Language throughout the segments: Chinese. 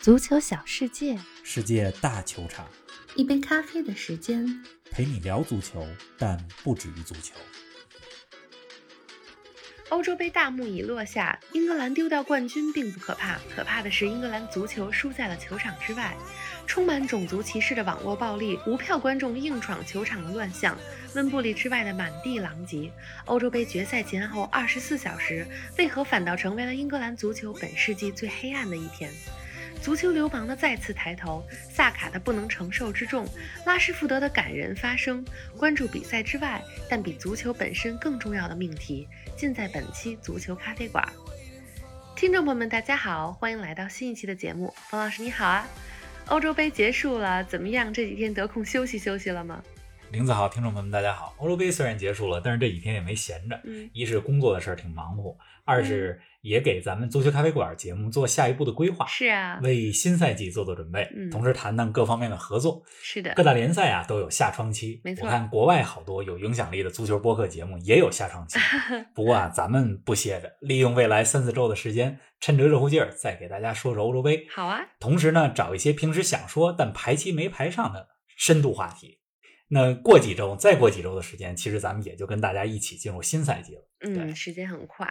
足球小世界，世界大球场，一杯咖啡的时间。陪你聊足球，但不止于足球。欧洲杯大幕已落下，英格兰丢掉冠军并不可怕，可怕的是英格兰足球输在了球场之外。充满种族歧视的网络暴力，无票观众硬闯球场的乱象，温布利之外的满地狼藉。欧洲杯决赛前后二十四小时，为何反倒成为了英格兰足球本世纪最黑暗的一天？足球流氓的再次抬头，萨卡的不能承受之重，拉什福德的感人发声。关注比赛之外，但比足球本身更重要的命题，尽在本期足球咖啡馆。听众朋友们，大家好，欢迎来到新一期的节目。冯老师你好啊！欧洲杯结束了，怎么样？这几天得空休息休息了吗？林子好，听众朋友们，大家好。欧洲杯虽然结束了，但是这几天也没闲着，嗯，一是工作的事儿挺忙乎，二是也给咱们足球咖啡馆节目做下一步的规划，是啊，为新赛季做做准备，嗯同时谈谈各方面的合作。是的各，大联赛啊都有下窗期，没错我看国外好多有影响力的足球播客节目也有下窗 期。不过啊，咱们不歇着，利用未来三四周的时间，趁着热乎劲儿，再给大家说说欧洲杯。好啊，同时呢，找一些平时想说但排期没排上的深度话题。那过几周，再过几周的时间，其实咱们也就跟大家一起进入新赛季了。对嗯，时间很快，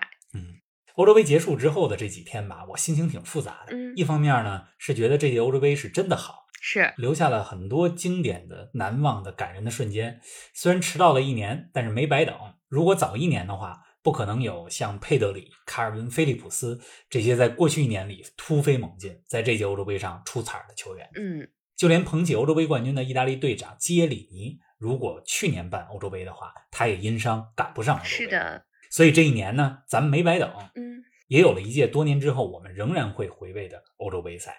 欧洲杯结束之后的这几天吧，我心情挺复杂的。嗯一方面呢，是觉得这届欧洲杯是真的好，是，留下了很多经典的、难忘的、感人的瞬间。虽然迟到了一年，但是没白等。如果早一年的话，不可能有像佩德里、卡尔文、菲利普斯这些在过去一年里突飞猛进，在这届欧洲杯上出彩儿的球员。嗯，就连捧起欧洲杯冠军的意大利队长基耶里尼，如果去年办欧洲杯的话，他也因伤赶不上欧洲杯。是，的，所以这一年呢，咱们没白等，嗯，也有了一届多年之后我们仍然会回味的欧洲杯赛。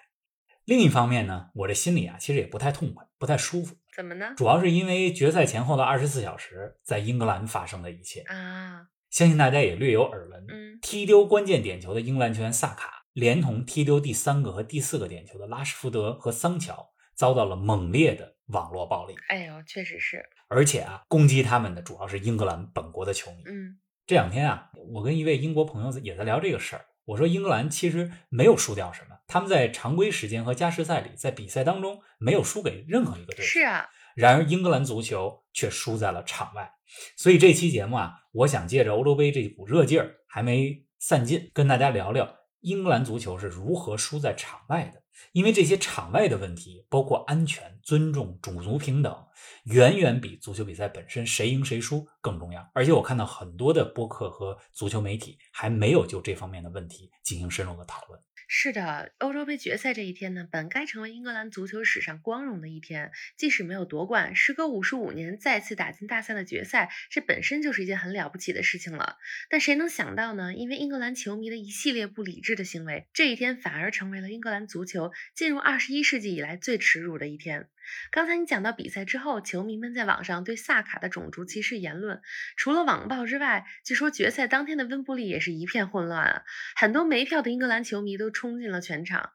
另一方面呢，我这心里啊，其实也不太痛快，不太舒服，怎么呢？主要是因为决赛前后的二十四小时在英格兰发生的一切，啊，相信大家也略有耳闻。嗯，踢丢关键点球的英格兰球员萨卡，连同踢丢第三个和第四个点球的拉什福德和桑乔，遭到了猛烈的网络暴力。哎呦，确实是，而且啊，攻击他们的主要是英格兰本国的球迷。嗯，这两天啊，我跟一位英国朋友也在聊这个事儿。我说，英格兰其实没有输掉什么，他们在常规时间和加时赛里，在比赛当中没有输给任何一个队。是。啊，然而，英格兰足球却输在了场外。所以这期节目啊，我想借着欧洲杯这股热劲儿还没散尽，跟大家聊聊英格兰足球是如何输在场外的。因为这些场外的问题，包括安全、尊重、种族平等，远远比足球比赛本身谁赢谁输更重要。而且我看到很多的播客和足球媒体还没有就这方面的问题进行深入的讨论。是的，欧洲杯决赛这一天呢，本该成为英格兰足球史上光荣的一天。即使没有夺冠，时隔五十五年再次打进大赛的决赛，这本身就是一件很了不起的事情了。但谁能想到呢？因为英格兰球迷的一系列不理智的行为，这一天反而成为了英格兰足球进入二十一世纪以来最耻辱的一天。刚才你讲到比赛之后，球迷们在网上对萨卡的种族歧视言论，除了网暴之外，据说决赛当天的温布利也是一片混乱啊。很多没票的英格兰球迷都冲进了全场。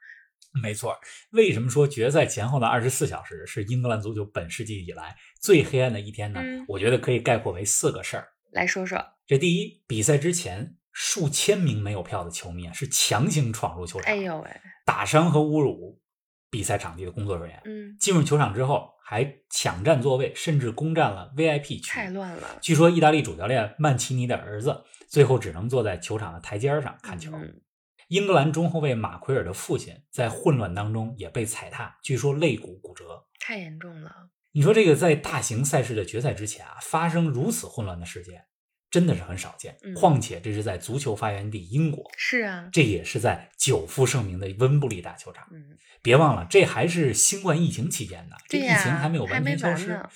没错，为什么说决赛前后的二十四小时是英格兰足球本世纪以来最黑暗的一天呢？嗯我觉得可以概括为四个事儿。来说说，这第一，比赛之前，数千名没有票的球迷啊是强行闯入球场，哎呦喂，打伤和侮辱比赛场地的工作人员。嗯，进入球场之后，还抢占座位，甚至攻占了 VIP 区。太乱了，据说意大利主教练曼奇尼的儿子最后只能坐在球场的台阶儿上看球。嗯英格兰中后卫马奎尔的父亲在混乱当中也被踩踏，据说肋骨骨折。太严重了。你说这个在大型赛事的决赛之前啊，发生如此混乱的事件，真的是很少见。嗯况且这是在足球发源地英国，是啊，这也是在久负盛名的温布利大球场。嗯，别忘了，这还是新冠疫情期间呢，这疫对情呀还没有完全消还没完失呢。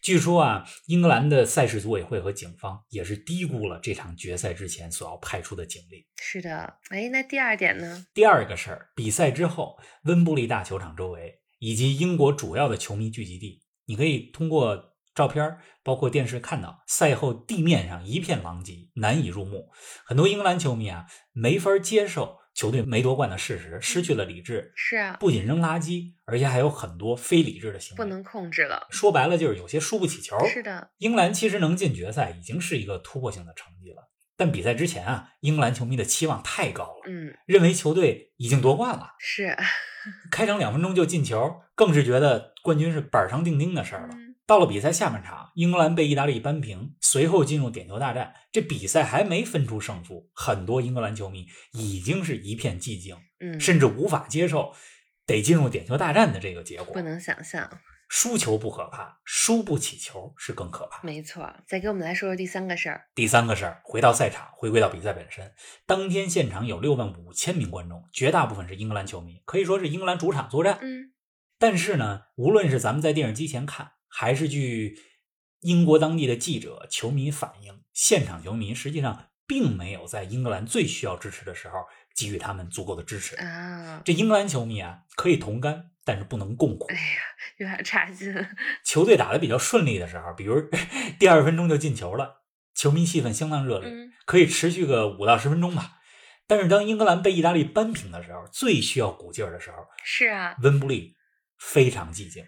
据说啊，英格兰的赛事组委会和警方也是低估了这场决赛之前所要派出的警力。是的。哎，那第二点呢？第二个事儿，比赛之后，温布利大球场周围以及英国主要的球迷聚集地，你可以通过照片儿，包括电视看到，赛后地面上一片狼藉，难以入目。很多英格兰球迷啊，没法接受球队没夺冠的事实，失去了理智，是啊，不仅扔垃圾，而且还有很多非理智的行为。不能控制了。说白了，就是有些输不起球。是的，英格兰其实能进决赛已经是一个突破性的成绩了，但比赛之前啊，英格兰球迷的期望太高了，嗯，认为球队已经夺冠了，是，啊开场两分钟就进球，更是觉得冠军是板上钉钉的事儿了。嗯到了比赛下半场，英格兰被意大利扳平，随后进入点球大战。这比赛还没分出胜负，很多英格兰球迷已经是一片寂静，嗯，甚至无法接受得进入点球大战的这个结果不。能想象，输球不可怕，输不起球是更可怕。没错。再给我们来说说第三个事儿，第三个事儿，回到赛场，回归到比赛本身。当天现场有六万五千名观众，绝大部分是英格兰球迷，可以说是英格兰主场作战。嗯但是呢，无论是咱们在电视机前看，还是据英国当地的记者、球迷反映，现场球迷实际上并没有在英格兰最需要支持的时候给予他们足够的支持。啊，这英格兰球迷啊，可以同甘，但是不能共苦。哎呀，有点差劲，球队打得比较顺利的时候，比如 第二分钟就进球了，球迷气氛相当热烈。嗯可以持续个五到十分钟吧。但是当英格兰被意大利扳平的时候，最需要鼓劲儿的时候，是啊，温布利非常寂静。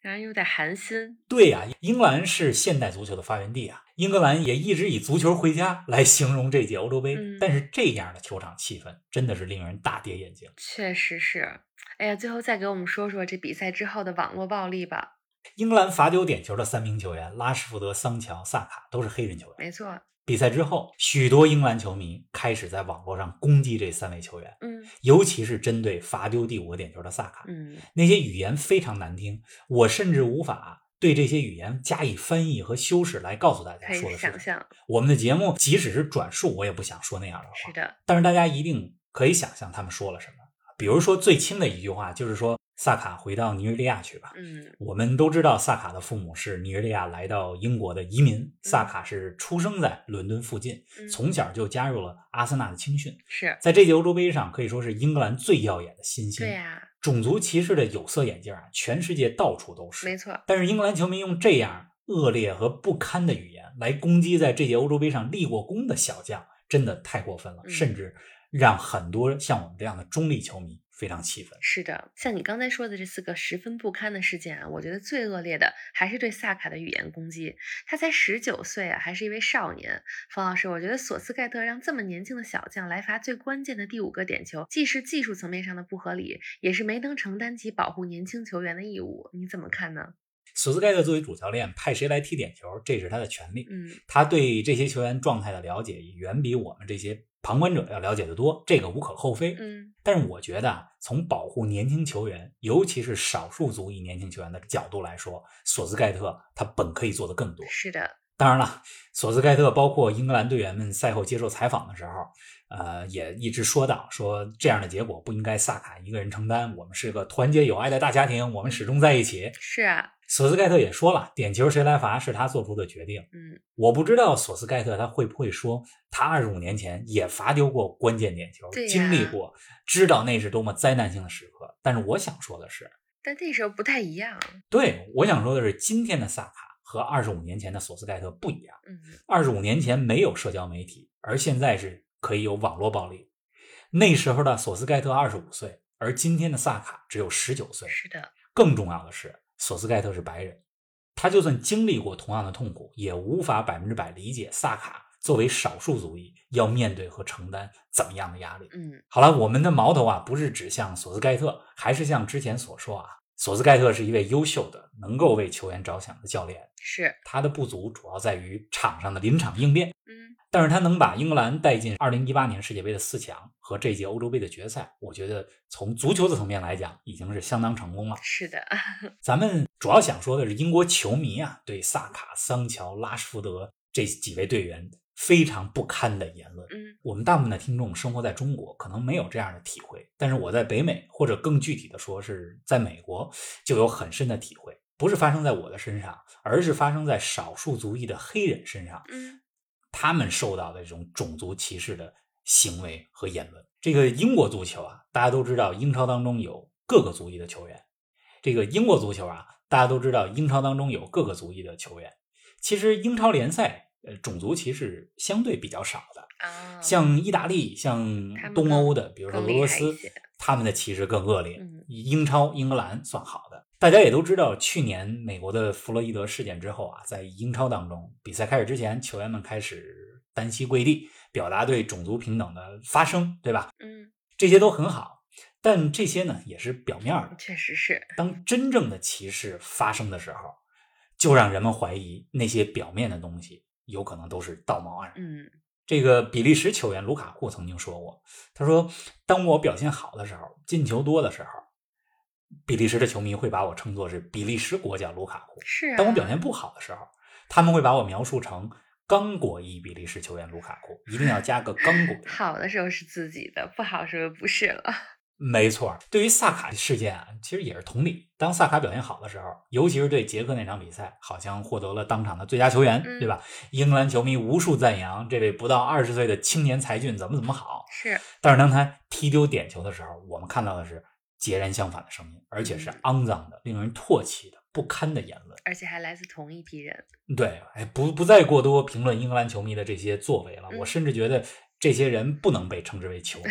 让人有点寒心，对呀、英格兰是现代足球的发源地啊，英格兰也一直以足球回家来形容这届欧洲杯。嗯但是这样的球场气氛真的是令人大跌眼镜。确实是。哎呀，最后再给我们说说这比赛之后的网络暴力吧。英格兰罚丢点球的三名球员拉什福德、桑乔、萨卡都是黑人球员。没错，比赛之后，许多英格兰球迷开始在网络上攻击这三位球员，嗯尤其是针对罚丢第五个点球的萨卡。嗯，那些语言非常难听，我甚至无法对这些语言加以翻译和修饰来告诉大家可说以的是想什么。象，我们的节目即使是转述，我也不想说那样的是话。的，但是大家一定可以想象他们说了什么。比如说最亲的一句话就是说：“萨卡回到尼日利亚去吧。”嗯我们都知道，萨卡的父母是尼日利亚来到英国的移民。萨卡是出生在伦敦附近，嗯，从小就加入了阿森纳的青训。是在这届欧洲杯上，可以说是英格兰最耀眼的新星。对呀、种族歧视的有色眼镜啊，全世界到处都没是。错，但是英格兰球迷用这样恶劣和不堪的语言来攻击在这届欧洲杯上立过功的小将，真的太过分了，嗯甚至让很多像我们这样的中立球迷非常气愤。是的，像你刚才说的这四个十分不堪的事件啊，我觉得最恶劣的还是对萨卡的语言攻击。他才十九岁啊，还是一位少年。冯老师，我觉得索斯盖特让这么年轻的小将来罚最关键的第五个点球，既是技术层面上的不合理，也是没能承担起保护年轻球员的义务。你怎么看呢？索斯盖特作为主教练，派谁来踢点球，这是他的权利。嗯，他对这些球员状态的了解也远比我们这些旁观者要了解的多，这个无可厚非。嗯，但是我觉得啊，从保护年轻球员，尤其是少数族裔年轻球员的角度来说，索斯盖特他本可以做得更多。是的，当然了，索斯盖特包括英格兰队员们赛后接受采访的时候，呃，也一直说到说这样的结果不应该萨卡一个人承担，我们是个团结友爱的大家庭，我们始终在一起。是啊，索斯盖特也说了，点球谁来罚是他做出的决定。嗯，我不知道索斯盖特他会不会说，他二十五年前也罚丢过关键点球，对呀经历过，知道那是多么灾难性的时刻。但是我想说的是，但那时候不太一样。啊对我想说的是，今天的萨卡和二十五年前的索斯盖特不一样。嗯，二十五年前没有社交媒体，而现在是可以有网络暴力。那时候的索斯盖特二十五岁，而今天的萨卡只有十九岁。是的，更重要的是，索斯盖特是白人，他就算经历过同样的痛苦，也无法百分之百理解萨卡作为少数族裔要面对和承担怎么样的压力。嗯，好了，我们的矛头啊，不是指向索斯盖特，还是像之前所说啊，索斯盖特是一位优秀的、能够为球员着想的教练，是，他的不足主要在于场上的临场应变。嗯，但是他能把英格兰带进2018年世界杯的四强和这届欧洲杯的决赛，我觉得从足球的层面来讲，已经是相当成功了。是的，咱们主要想说的是，英国球迷啊，对萨卡、桑乔、拉什福德这几位队员非常不堪的言论。嗯，我们大部分的听众生活在中国，可能没有这样的体会，但是我在北美，或者更具体的说是在美国，就有很深的体会。不是发生在我的身上，而是发生在少数族裔的黑人身上，嗯，他们受到的这种种族歧视的行为和言论。这个英国足球啊，大家都知道，英超当中有各个族裔的球员。这个英国足球啊，大家都知道，英超当中有各个族裔的球员。其实英超联赛，呃，种族歧视相对比较少的。啊、像意大利、像他们东更欧的，比如说更俄厉罗害一斯些，他们的歧视更恶劣嗯。英超、英格兰算好的。大家也都知道，去年美国的弗洛伊德事件之后啊，在英超当中，比赛开始之前，球员们开始单膝跪地，表达对种族平等的发声，对吧？嗯，这些都很好，但这些呢也是表面 儿的。确实是，当真正的歧视发生的时候，就让人们怀疑那些表面的东西有可能都是道貌岸然。嗯这个比利时球员卢卡库曾经说过，他说：“当我表现好的时候，进球多的时候，比利时的球迷会把我称作是比利时国脚卢卡库；是啊。当我表现不好的时候，他们会把我描述成刚果裔比利时球员卢卡库，一定要加个刚果。” 好的时候是自己的，不好的时候不是了。没错儿，对于萨卡事件啊，其实也是同理。当萨卡表现好的时候，尤其是对捷克那场比赛，好像获得了当场的最佳球员，嗯对吧？英格兰球迷无数赞扬这位不到二十岁的青年才俊怎么怎么好。是，但是当他踢丢点球的时候，我们看到的是截然相反的声音，而且嗯是肮脏的、令人唾弃的、不堪的言论。而且还来自同一批人。对，哎，不不再过多评论英格兰球迷的这些作为了。嗯我甚至觉得这些人不能被称之为 球迷。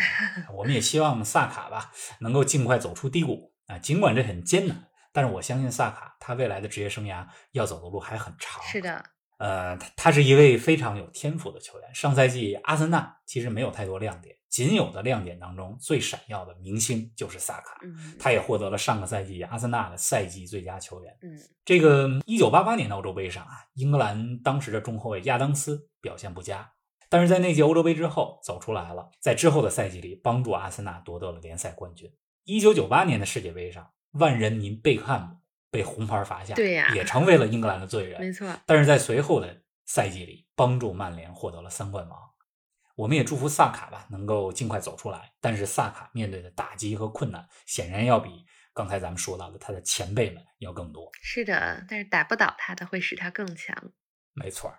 我们也希望萨卡吧能够尽快走出低谷啊，尽管这很艰难，但是我相信萨卡他未来的职业生涯要走的路还很长。是的，呃，他他是一位非常有天赋的球员。上赛季阿森纳其实没有太多亮点，仅有的亮点当中最闪耀的明星就是萨卡，嗯他也获得了上个赛季阿森纳的赛季最佳球员。嗯，这个一九八八年的欧洲杯上啊，英格兰当时的中后卫亚当斯表现不佳，但是在那届欧洲杯之后走出来了，在之后的赛季里帮助阿森纳夺得了联赛冠军。一九九八年的世界杯上，万人迷贝克汉姆被红牌罚下，对呀也成为了英格兰的罪人。没错。但是在随后的赛季里，帮助曼联获得了三冠王。我们也祝福萨卡吧，能够尽快走出来。但是萨卡面对的打击和困难，显然要比刚才咱们说到的他的前辈们要更多。是的，但是打不倒他的会使他更强。没错儿，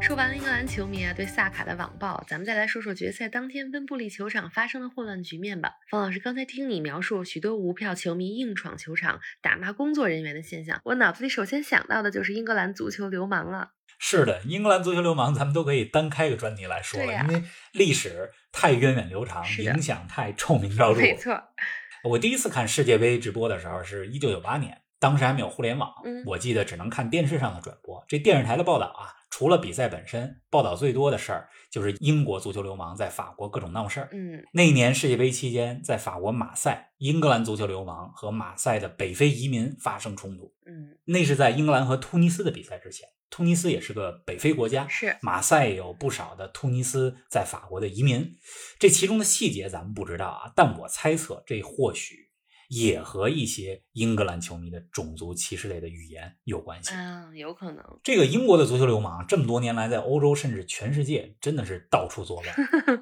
说完了英格兰球迷啊对萨卡的网暴，咱们再来说说决赛当天温布利球场发生的混乱局面吧。方老师，刚才听你描述许多无票球迷硬闯球场、打骂工作人员的现象，我脑子里首先想到的就是英格兰足球流氓了。是的，英格兰足球流氓，咱们都可以单开个专题来说了，对呀因为历史太源远流长，是的影响太臭名昭著了。没错，我第一次看世界杯直播的时候是一九九八年，当时还没有互联网，嗯我记得只能看电视上的转播。这电视台的报道啊，除了比赛本身，报道最多的事儿就是英国足球流氓在法国各种闹事儿。嗯，那一年世界杯期间，在法国马赛，英格兰足球流氓和马赛的北非移民发生冲突。嗯，那是在英格兰和突尼斯的比赛之前，突尼斯也是个北非国家，是，嗯马赛也有不少的突尼斯在法国的移民，这其中的细节咱们不知道啊，但我猜测这或许也和一些英格兰球迷的种族歧视类的语言有关系。嗯，有可能，这个英国的足球流氓这么多年来在欧洲甚至全世界真的是到处作乱，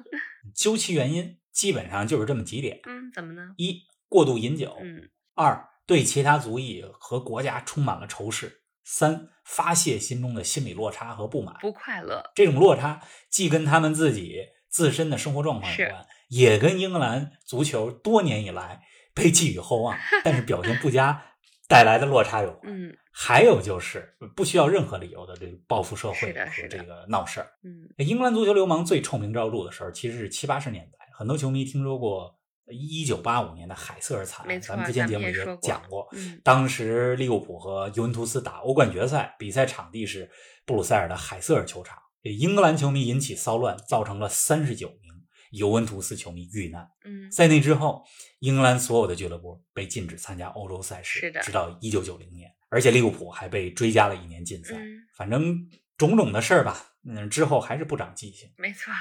究其原因，基本上就是这么几点：嗯，怎么呢？一、过度饮酒；嗯，二、对其他族裔和国家充满了仇视；三、发泄心中的心理落差和不满。不快乐，这种落差既跟他们自己自身的生活状况有关，也跟英格兰足球多年以来被寄予厚 望，但是表现不佳带来的落差有关。嗯还有就是不需要任何理由的这个报复社是会的和是的这个闹事儿。嗯，英格兰足球流氓最臭名昭著的时候，其实是七八十年代，很多球迷听说过一九八五年的海瑟尔惨没案，错咱们之前节目咱们也说也过讲过。嗯，当时利物浦和尤文图斯打欧冠决赛，比赛场地是布鲁塞尔的海瑟尔球场。这英格兰球迷引起骚乱，造成了三十九名尤文图斯球迷遇难。嗯，在那之后，英格兰所有的俱乐部被禁止参加欧洲赛事，是的直到一九九零年。而且利物浦还被追加了一年禁赛。嗯，反正种种的事儿吧，嗯，之后还是不长记性。没错，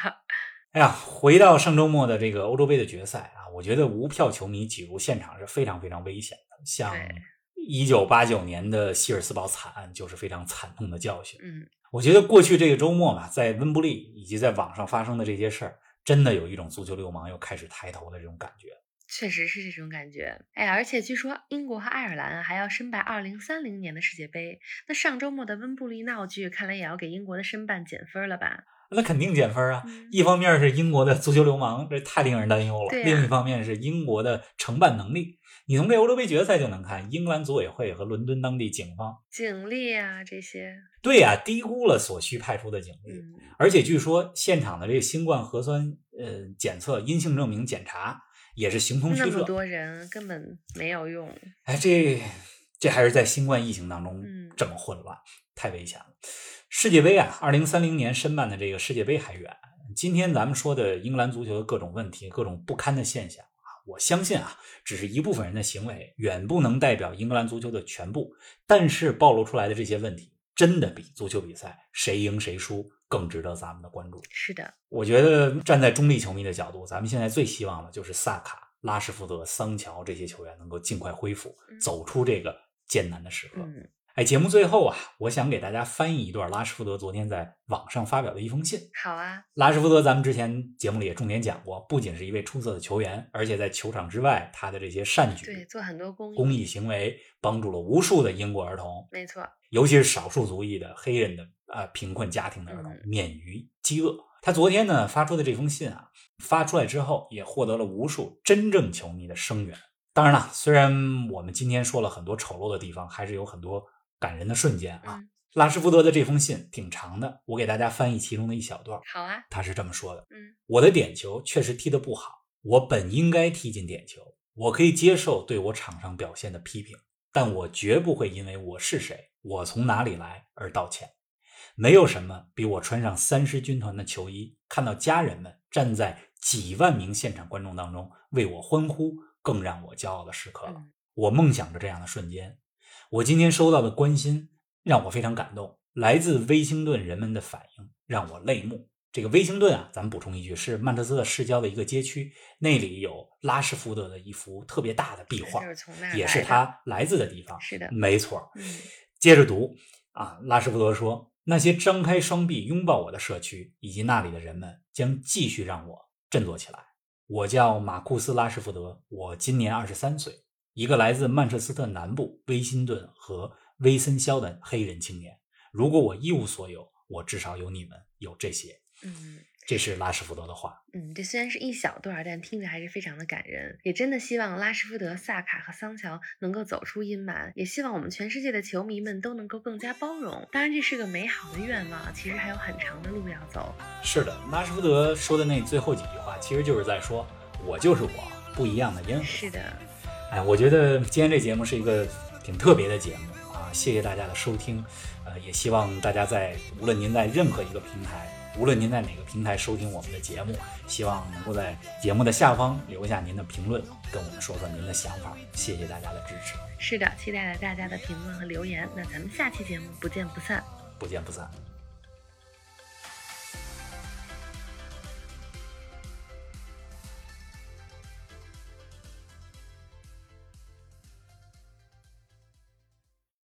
哎呀，回到上周末的这个欧洲杯的决赛啊，我觉得无票球迷挤入现场是非常非常危险的。像对一九八九年的希尔斯堡惨案就是非常惨痛的教训。嗯，我觉得过去这个周末吧，在温布利以及在网上发生的这些事儿，真的有一种足球流氓又开始抬头的这种感觉。确实是这种感觉。哎呀，而且据说英国和爱尔兰还要申办二零三零年的世界杯，那上周末的温布利闹剧，看来也要给英国的申办减分了吧？那肯定减分啊。嗯一方面是英国的足球流氓，这太令人担忧了；对啊另一方面是英国的承办能力。你从这欧洲杯决赛就能看，英格兰组委会和伦敦当地警方警力啊这些，对呀、低估了所需派出的警力。嗯，而且据说现场的这个新冠核酸呃检测阴性证明检查也是形同那虚么设。多人根本没有用，哎，这这还是在新冠疫情当中嗯这么混乱，太危险了。世界杯啊，二零三零年申办的这个世界杯还远。今天咱们说的英格兰足球的各种问题、各种不堪的现象啊，我相信啊，只是一部分人的行为，远不能代表英格兰足球的全部。但是暴露出来的这些问题，真的比足球比赛谁赢谁输更值得咱们的关注。是的，我觉得站在中立球迷的角度，咱们现在最希望的就是萨卡、拉什福德、桑乔这些球员能够尽快恢复，嗯走出这个艰难的时刻。嗯，哎，节目最后啊，我想给大家翻译一段拉什福德昨天在网上发表的一封信。好啊，拉什福德，咱们之前节目里也重点讲过，不仅是一位出色的球员，而且在球场之外，他的这些善对，举、做很多公益，公益行为，帮助了无数的英国儿童，没错，尤其是少数族裔的黑人的啊、呃贫困家庭的儿童嗯免于饥饿。他昨天呢发出的这封信啊，发出来之后也获得了无数真正球迷的声援。当然了，虽然我们今天说了很多丑陋的地方，还是有很多感人的瞬间啊。嗯，拉什福德的这封信挺长的，我给大家翻译其中的一小段。好啊，他是这么说的：嗯我的点球确实踢得不好，我本应该踢进点球，我可以接受对我场上表现的批评，但我绝不会因为我是谁，我从哪里来而道歉。没有什么比我穿上三狮军团的球衣，看到家人们站在几万名现场观众当中为我欢呼，更让我骄傲的时刻了。嗯我梦想着这样的瞬间。我今天收到的关心让我非常感动，来自威辛顿人们的反应让我泪目。这个威辛顿啊，咱们补充一句，是曼彻斯特市郊的一个街区，那里有拉什福德的一幅特别大的壁画就，是从那儿也来是的，他来自的地方。是的，没错，嗯接着读啊，拉什福德说：“那些张开双臂拥抱我的社区以及那里的人们，将继续让我振作起来。”我叫马库斯·拉什福德，我今年二十三岁，一个来自曼彻斯特南部威辛顿和威森肖的黑人青年。如果我一无所有，我至少有你们，有这些。嗯。这是拉什福德的话。嗯，这虽然是一小段儿，但听着还是非常的感人。也真的希望拉什福德、萨卡和桑乔能够走出阴霾，也希望我们全世界的球迷们都能够更加包容。当然，这是个美好的愿望，其实还有很长的路要走。是的，拉什福德说的那最后几句话，其实就是在说：“我就是我，不一样的烟火。”是的，哎，我觉得今天这节目是一个挺特别的节目啊，谢谢大家的收听，呃，也希望大家在无论您在任何一个平台，无论您在哪个平台收听我们的节目，希望能够在节目的下方留下您的评论，跟我们说说您的想法，谢谢大家的支持，是的，期待着大家的评论和留言。那咱们下期节目不见不散。不见不散。